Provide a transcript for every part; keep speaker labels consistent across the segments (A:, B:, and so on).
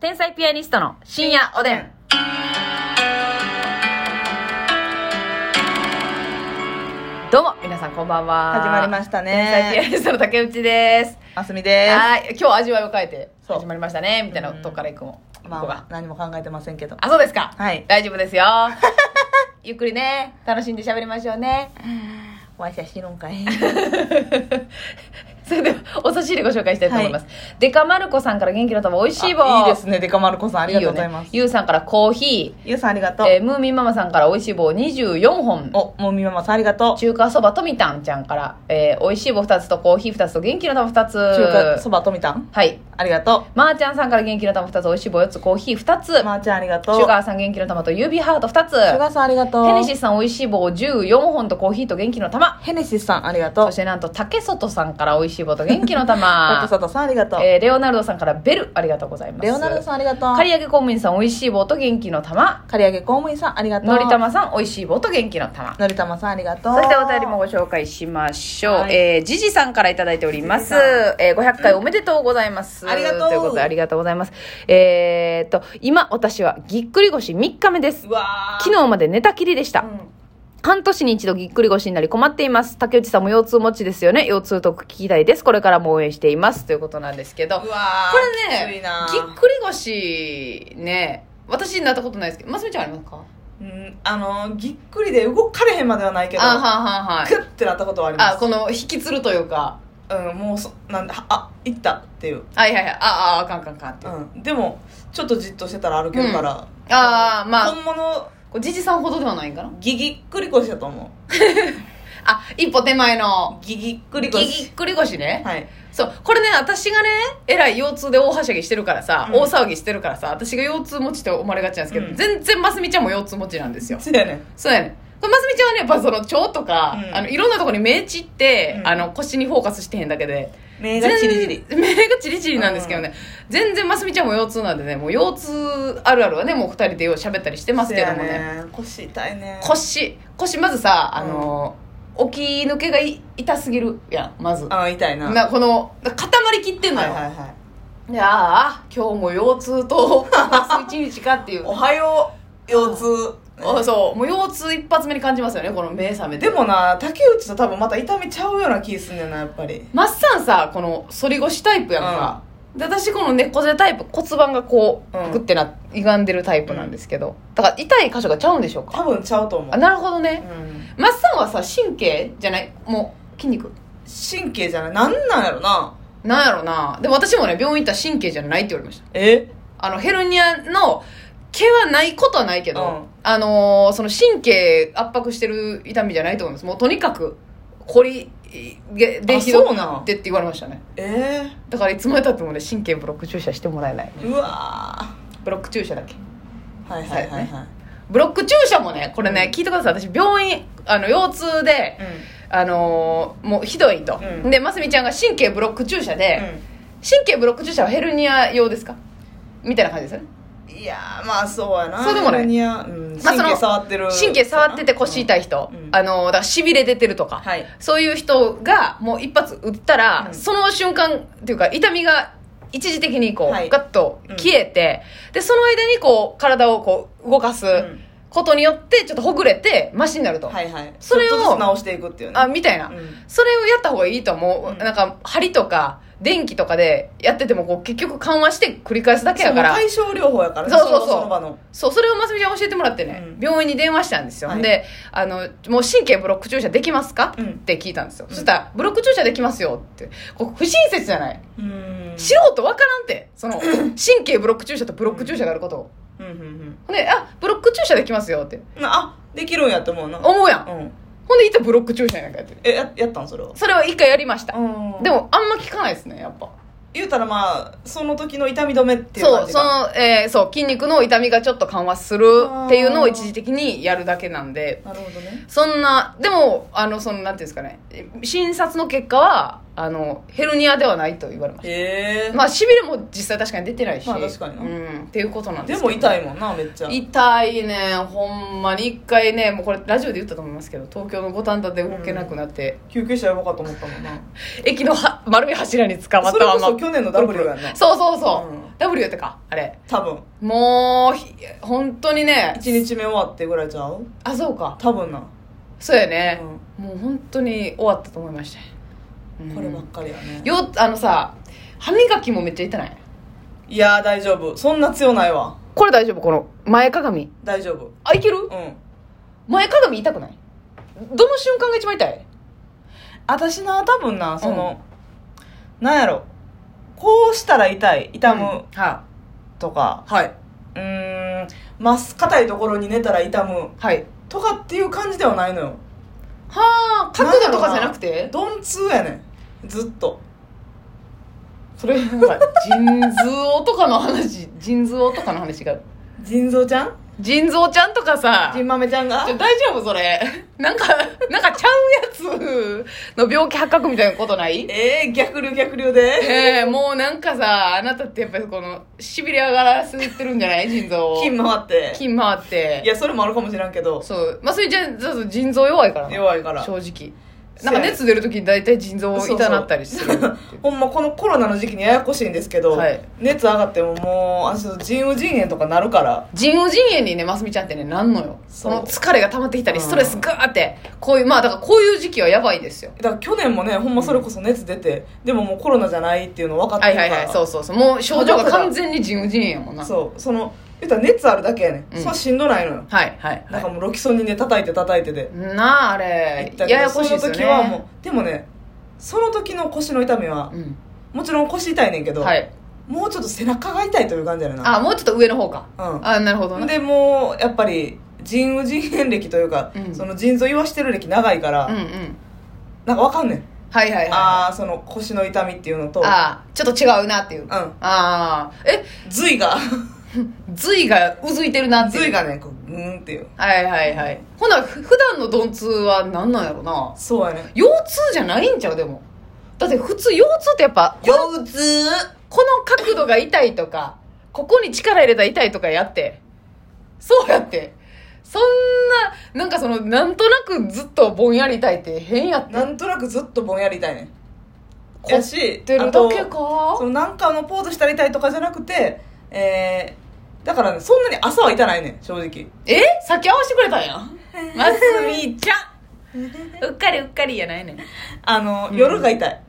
A: 天才ピアニストの深夜おでん。どうも、皆さんこんばんは。
B: 始まりました
A: 天才ピア
B: ね。
A: ニストの竹内です。
B: あすみです。
A: はい、今日味わいを変えて
B: そう
A: 始まりましたね、みたいなとこから行くも。こ
B: ま
A: こ
B: あ
A: が、。
B: 何も考えてませんけど。
A: あ、そうですか。
B: はい
A: 大丈夫ですよ。 ゆっくりね、楽しんで喋りましょうね。
B: わいしゃしろんかい。
A: それでは、お差し入れご紹介したいと思います。デカマルコさんから元気の玉、美味しい棒。
B: あいいですね、デカマルコさん、ありがとうございま
A: よね
B: す。
A: ゆうさんからコーヒー。
B: ゆうさん、ありがとう。
A: えームーミンママさんから美味しい棒24本。
B: お、もみママさん、ありがとう。中
A: 中華そばとみたんちゃんから、えー美味しい棒2つとコーヒー2つと元気の玉2つ。
B: 華そばとみたん、
A: はい。
B: ありがと
A: まー、ちゃんさんから元気の玉2つ、美味しい棒4つ、コーヒー2つ。
B: う。まー、ちゃん、ありがとう。
A: シュガーさん元気の玉と指ハート2つ。
B: シュガーさん、ありがとう。
A: ヘネシスさん美味しい棒14本とコーヒーと元気の玉。
B: ヘネシスさん、ありがとう
A: そし。てなんと竹外さんから美味しい棒と元気の
B: パ
A: 玉
B: ク。サトさん、ありがとう。
A: えーレオナルドさんからベルありがとうございます。
B: レオナルドさん、ありがとう。
A: 刈り上げ公務員さん美味しい棒と元気の玉。
B: 刈り上げ公務員さん、ありがとう。
A: のりたまさん美味しい棒と元気の玉。
B: のりたまさん、ありがとう。
A: そしてお便りもご紹介しましょう。
B: はい
A: えー、じじさんからいただいております。
B: ジジさ
A: えー、500回おめでとうございます。
B: ありがとう
A: ということで、ありがとうございます。えー、っと、今、私はぎっくり腰3日目です
B: う。わー
A: 昨日まで寝たきりでした。
B: うん
A: 半年に一度ぎっくり腰になり困っています。竹内さんも腰痛持ちですよね。腰痛と聞きたいです。これからも応援しています。ということなんですけど。
B: う
A: こ
B: わー
A: れ
B: きつい
A: ね
B: な、
A: ぎっくり腰ね、私になったことないですけど、ますみちゃんありますか
B: うん、あのー、ぎっくりで動かれへんまではないけど、
A: あ、はんはんは
B: ク
A: い。
B: ッてなったことはあります
A: あ、。この引きつるというか。
B: うん、もうそなんではあ行ったっていう、
A: はいはいはい。ああ、あかんあかんあかんっていう。
B: うん、でもちょっとじっとしてたら歩けるから、
A: ああ、まあ、
B: 本物
A: こうじじさんほどではないんかな。
B: ギギっくり腰だと思
A: あ、一歩手前の。
B: うギギっく
A: ぎ
B: り
A: ぎっ
B: 腰
A: くり腰ね。
B: はい
A: そう、これね、私がね、えらい腰痛で大はしゃぎしてるからさ、
B: うん
A: 大騒ぎしてるからさ、私が腰痛持ちと思われがちなんですけど、
B: うん
A: 全然ますみちゃんも腰痛持ちなんですよ。
B: そうやね
A: そうやねん。これますみちゃんはね、やっぱその腸とか、
B: うん
A: あの、いろんなとこに目散って、
B: うん
A: あの、腰にフォーカスしてへんだけで。
B: 目がチリチリ
A: 全然。目がチリチリなんですけどね。全然ますみちゃんも腰痛なんでね、もう腰痛あるあるはね、もう二人でよう喋ったりしてますけども
B: そう
A: ね。
B: や腰痛いね
A: 腰腰まずさあの、起き抜けがい痛すぎるやんまず
B: あ痛いな
A: なこの固まりきってんの
B: は
A: よ、
B: い
A: い
B: はいはい
A: でああ今日も腰痛と一日かって いう
B: おはよう腰痛
A: あそうもう腰痛一発目に感じますよねこの目覚めて
B: でもな竹内と多分また痛みちゃうような気すんねんなやっぱり
A: マッサンさこの反り腰タイプやんか、で私この猫背タイプ骨盤がこう、
B: うん
A: グッてな歪んでるタイプなんですけどだから痛い箇所がちゃうんでしょうか
B: 多分ちゃうと思
A: あ
B: う、
A: なるほど
B: う
A: ね、
B: ん、
A: マッサンはさ神経じゃないもう筋肉
B: 神経じゃないなんなんやろな
A: なんやろなでも私もね病院行ったら神経じゃないって言われました
B: え
A: あのヘルニアの毛はないことはないけど、
B: うん
A: あのーその神経圧迫してる痛みじゃないと思いますもうとにかくこりで
B: あ
A: ひど
B: そ
A: く
B: うなん
A: なってって言われましたね
B: え
A: だからいつまでたってもね神経ブロック注射してもらえない
B: ー、うわ
A: ブロック注射だけ
B: ーはいはいはいはい、
A: ブロック注射もねこれね、
B: うん
A: 聞いてください私病院あの腰痛で、あのーもうひどいと、
B: うん
A: でますみちゃんが神経ブロック注射で、神経ブロック注射はヘルニア用ですかみたいな感じですよね
B: うん、いやーまあそうやな
A: そうでもない
B: ヘルニアうん、
A: まあその
B: 神経触ってる
A: 神経触ってて腰痛い人、
B: うん
A: あのだからしびれ出てるとか、
B: はい
A: そういう人がもう一発打ったら、
B: うん
A: その瞬間っていうか痛みが一時的にこう、
B: はい
A: ガッと消えて、でその間にこう体をこう動かす
B: うん
A: ことによってちょっとほぐれてマシになると、
B: はいはい
A: それを
B: ちょっとずつ直していくっていうね
A: あみたいな、
B: うん
A: それをやった方がいいと思う、
B: うん
A: なんか針とか電気とかでやっててもこう結局緩和して繰り返すだけ
B: そ
A: や
B: う
A: から
B: 対症療法やからね
A: そうそうそう
B: のの場の
A: そう、それをますみちゃん教えてもらってね、
B: うん
A: 病院に電話したんですよ。
B: はい
A: で、あの、もう神経ブロック注射できますか、
B: うん
A: って聞いたんですよ。そしたら、ブロック注射できますよって。こう不親切じゃない。
B: うん
A: 素人わからんって。そ の、神経ブロック注射とブロック注射があることを。
B: うんうん
A: ほんで、あ、ブロック注射できますよって。
B: うんあできるんやと思うな
A: 思うやん。
B: うん
A: ほんで、いたブロック注射やなんかやってる。
B: えややったんそれは
A: それは一回やりました。
B: うん
A: でも、あんま効かないですね、やっぱ。
B: 言うたらまあその時の痛み止めっていう
A: そ
B: 感
A: う、
B: じ
A: そ
B: か
A: の、えーそう、筋肉の痛みがちょっと緩和するっていうのを一時的にやるだけなんで、
B: なるほどね
A: そんなでもあのそのなんていうんですかね診察の結果はあのヘルニアではないと言われまし
B: へえ
A: たまあしびれも実際確かに出てないし、
B: まあ確かにな
A: うん、っていうことなんで
B: です
A: けど
B: も痛いもんなめっちゃ
A: 痛いねほんまに一回ねもうこれラジオで言ったと思いますけど東京の五反田で動けなくなって、
B: 救急車やばかと思ったもんな
A: 駅のは丸い柱に捕まった
B: それ
A: ま
B: こ
A: ま
B: そ去年の W やんな
A: そうそうそう、
B: うん
A: W やったかあれ
B: 多分
A: もうひ本当にね
B: 1日目終わってぐらいちゃう
A: あそうか
B: 多分な、
A: そうやね、
B: う
A: もう本当に終わったと思いましたうん
B: ん、こればっかりやね
A: よあのさ歯磨きもめっちゃ痛ない
B: いやー大丈夫そんな強ないわ
A: これ大丈夫この前かがみ
B: 大丈夫
A: あいける
B: うん
A: 前かがみ痛くないどの瞬間が一番痛い
B: 私な多分なその、なんやろこうしたら痛い痛む
A: は
B: とか
A: いはい
B: うんーんまっ硬いところに寝たら痛む
A: はい
B: とかっていう感じではないのよ
A: はあ角度とかじゃなく
B: え
A: て
B: 鈍痛やねんずっと
A: それなんか腎臓とかの話腎臓とかの話が
B: 腎臓ちゃん
A: 腎臓ちゃんとかさ
B: 腎豆ちゃんが
A: ちょ大丈夫それなんかなんかちゃうやつの病気発覚みたいなことない
B: えー、逆流逆流で
A: ええもうなんかさあなたってやっぱりこのしびれ上がらせてるんじゃない腎臓 を
B: 金回って
A: 筋回っ
B: い
A: て
B: やそれもあるかもしらんけど
A: そうまあそれじゃそう腎臓弱いからな
B: 弱いから
A: 正直
B: せ
A: な
B: や
A: んか熱出る時に大体腎臓
B: そうそう
A: 痛なったりするっていう
B: ほんまこのコロナの時期にややこしいんですけど、
A: はい
B: 熱上がってももうあそう腎盂腎炎とかなるから
A: 腎盂腎炎にねますみちゃんってねなんのよそ
B: そう
A: の疲れが溜まってきたり
B: うん
A: ストレスガーってこういうまあだからこういう時期はやばいですよ
B: だから去年もねほんまそれこそ熱出て、でももうコロナじゃないっていうの分かって
A: は
B: る
A: い
B: か
A: は
B: ら
A: いはいそうそうそうもう症状が完全に腎盂腎炎やもんな
B: そうその言ったら熱あるだけやね、
A: うん
B: んそれはしんどないのよ、
A: はいはい
B: なんか
A: は
B: もうロキソニンで叩いて叩いてで
A: いなああれややこしいですよね
B: その時はもうでもねその時の腰の痛みは、
A: うん
B: もちろん腰痛いねんけど、
A: はい
B: もうちょっと背中が痛いという感じやねんな
A: あもうちょっと上の方か
B: うん
A: あなるほどね
B: でもうやっぱり腎盂腎炎歴というか、
A: うん
B: その腎臓言わしてる歴長いから、
A: うんうん
B: なんかわかんねん
A: はいはいはい
B: ああその腰の痛みっていうのと
A: あーちょっと違うなっていう
B: うん
A: ああえ
B: 髄が
A: 髄がうずいてるなっていう
B: 髄がねこううんっていう
A: はいはいはいほなふ普段の鈍痛は何なんやろな
B: そうやね
A: 腰痛じゃないんちゃうでもだって普通腰痛ってやっぱ
B: 腰痛
A: この角度が痛いとかここに力入れたら痛いとかやってそうやってそんななんかそのなんとなくずっとぼんやり痛いって変やって
B: なんとなくずっとぼんやり痛いねん
A: こ
B: や
A: っ
B: して
A: る
B: あ
A: だ
B: と
A: け
B: そ
A: か
B: のなんかのポーズしたり痛いとかじゃなくてえー、だからねそんなに朝は痛ないねん正直
A: え先合わせてくれたんや ますみちゃんうっかりうっかりやないねん
B: あの、
A: うん
B: 夜が痛い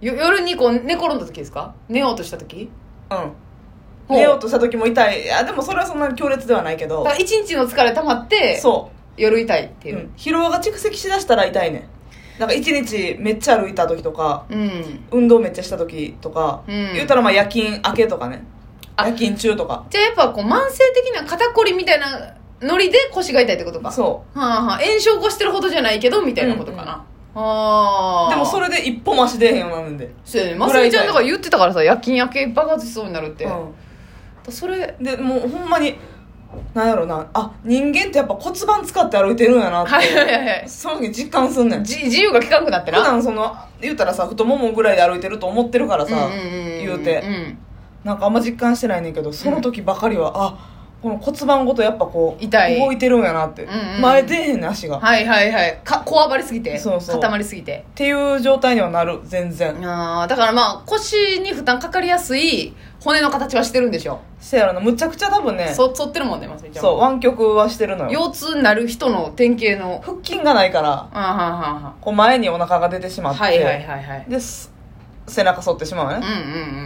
A: よ夜にこう寝転んだ時ですか寝ようとした時
B: うん
A: ほう
B: 寝ようとした時も痛いいやでもそれはそんなに強烈ではないけ
A: だ
B: ど
A: から一日の疲れ溜まって
B: そう、
A: 夜痛いっていううん
B: 疲労が蓄積しだしたら痛いねんなんか一日めっちゃ歩いた時とか
A: うん
B: 運動めっちゃした時とか、
A: うん
B: 言うたらまあ夜勤明けとかね
A: あ
B: 夜勤中とか
A: じゃあやっぱこう慢性的な肩こりみたいなノリで腰が痛いってことか
B: そ
A: はあはあ、炎症起こしてるほどじゃないけどみたいなことかな、あ
B: う
A: あ
B: でもそれで一歩も足出えへんようになるんで、
A: そうやねますみちゃんだから言ってたからさ夜勤明け爆発しそうになるって、だそれ
B: うん、でもうほんまになんやろなあ人間ってやっぱ骨盤使って歩いてるんやなって、
A: はいはいはい
B: その時実感すんねん普
A: じ自由が利かなくなってな
B: 段その言うたらさ太ももぐらいで歩いてると思ってるからさ、言うて
A: ん
B: なんかあんま実感してないねんけどその時ばかりは、あこの骨盤ごとやっぱこう
A: 痛い
B: 動いてるんやなって、
A: んうんうん
B: 前出えへんねん足が、っ
A: はいはいはいかこわばりすぎて
B: そうそう
A: 固まりすぎて
B: ていう状態にはなる全然
A: あーだからまあ腰に負担かかりやすい骨の形はしてるんでしょ、
B: せやろなむちゃくちゃ多分ね
A: そ反ってるもんねますみちゃん
B: そう湾曲はしてるのよ
A: 腰痛になる人の典型の
B: 腹筋がないから
A: あーはあはあは
B: こう前にお腹が出てし
A: あ
B: まって、
A: はいはいはいはい
B: です背中反ってしまう
A: うん
B: ね、
A: うんう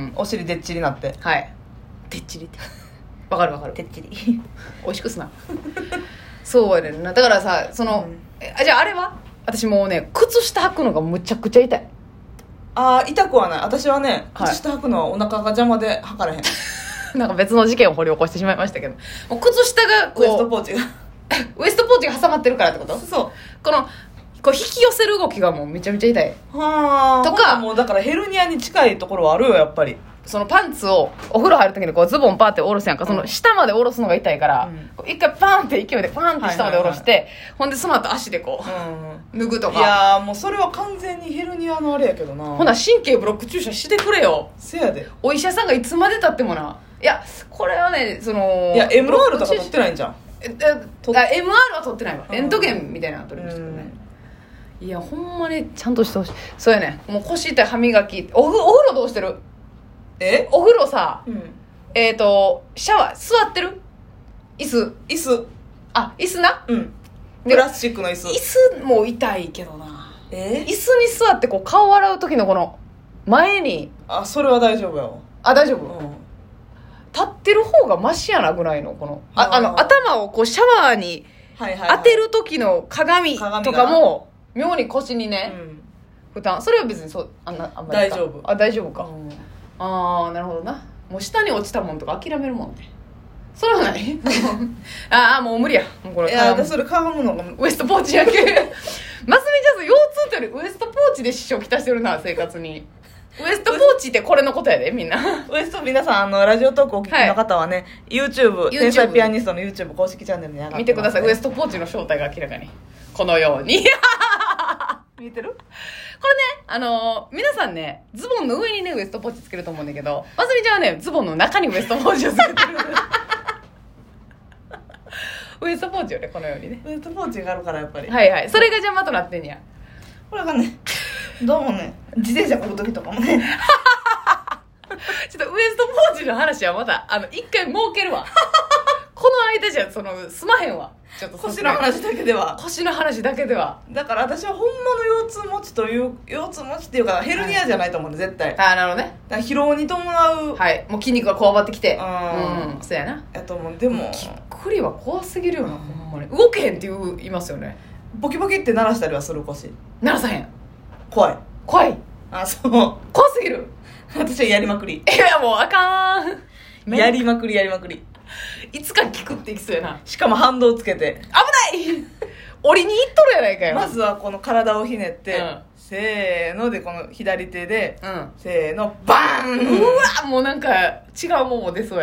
A: ん
B: お尻でっちりなって
A: はいてっちりってわかるわかる
B: っちり
A: 美味しくすなそうやねんなだからさその、
B: うん
A: えあじゃああれは私もうね靴下履くのがむちゃくちゃ痛い
B: ああ痛くはない私はね
A: はい
B: 靴下履くのはお腹が邪魔で履かれへん、
A: なんか別の事件を掘り起こしてしまいましたけどもう靴下がこ
B: ウエスト
A: う
B: ポーチが
A: ウエストポーチが挟まってるからってこと
B: そ
A: このこう引き寄せる動きがもうめちゃめちゃ痛いう
B: はあ
A: とか
B: もうだからヘルニアに近いところはあるよやっぱり
A: そのパンツをお風呂入る時にこうズボンパーって下ろすやんか、その下まで下ろすのが痛いから、
B: うん
A: こう一回パーンって勢いでパーンって下まで下ろして、ほんでその後足でこ
B: う
A: う
B: ん
A: 脱ぐと
B: い
A: か
B: やーもうそれは完全にヘルニアのあれやけどな
A: ほな神経ブロック注射してくれよ
B: せやで
A: お医者さんがいつまでたってもないやこれはねその
B: いや MR とか取っ
A: な
B: て
A: い
B: ないんじゃん
A: ええあ MR は取ってないわ
B: うん
A: レントゲンみたいなのは取りましたけどねいやほんまにちゃんとしてほしいそうやねもう腰痛い歯磨きおふお風呂どうしてる
B: え
A: お風呂さ、
B: うん。
A: えっ、と、シャワー、座ってる椅子。
B: 椅子。
A: あ、椅子な。
B: うん。
A: で
B: プラスチックの椅
A: 椅
B: 子。
A: 子も痛いけどな。
B: え
A: 椅子に座ってこう顔洗う時のこの前に、
B: あ、それは大丈夫やわ。
A: あ、大丈
B: う
A: 夫
B: ん。
A: 立ってる方がマシやなぐらいの、この、あ
B: あー
A: あの、頭をこうシャワーに
B: はいはい、はい。
A: 当てる時の鏡
B: 鏡
A: と
B: が
A: かも、妙に腰にね、
B: うん。
A: 負担。それは別にそう、あんな、あんまりか。
B: 大丈夫
A: あ、大丈夫か。ああなるほどなもう下に落ちたもんとか諦めるもんねそれはない ああもう無理やもうこれ
B: いや、私
A: あ
B: それかむのが、
A: ウエストポーチやけますみちゃんさん腰痛というよりウエストポーチで支障きたしてるな生活にウエストポーチってこれのことやでみんな
B: ウエスト皆さん、あの、ラジオトークお聞きの方はね、YouTube、
A: YouTube
B: 天才ピアニストの YouTube 公式チャンネルに上がってます、
A: 見てくださいウエス
B: ト。
A: トポーチの正体が明らかにこのようにこれね
B: 見えてる
A: あのー皆さんねズボンの上にねウエストポーチつけると思うんだけどますみちゃんはねズボンの中にウエストポーチをつけてる ウエストポーチよねこのようにね
B: ウエストポーチがあるから、やっぱり。
A: はいはい。それが邪魔となってんや。
B: これがね、どうもね、自転車こぐ時とかもね、
A: ちょっとウエストポーチの話はまた、あの、一回設けるわ。 この間じゃ、その、すまへんわ。ちょっと
B: 腰の話だけでは。
A: 腰の話だけでは。
B: だから私はほんまの腰痛持ちという、腰痛持ちっていうか、ヘルニアじゃないと思うね、絶対。だか
A: ああ、なるほどね。
B: ら疲労に伴う、
A: はい。もう筋肉がこわばってきて。
B: うん
A: うん。そうやな。
B: やと思う。でも、
A: きっくりは怖すぎるよな、ほんまに。動けへんって言う言いますよね。
B: ボキボキって鳴らしたりはする腰。
A: ならさへん。
B: 怖い。
A: 怖い。
B: あ、そう。
A: 怖すぎる。
B: 私はやりまくり。
A: いや、もうあかーん。
B: やりまくりやりまくり。
A: いつか効くっていきそうやな。
B: しかも反動つけて。
A: 危 ない折りにいっとるやないかよ。
B: まずはこの体をひねって、
A: うん
B: せーのでこの左手で、
A: うん。
B: せーの、バーン
A: うわもうなんか違うもんも出そうや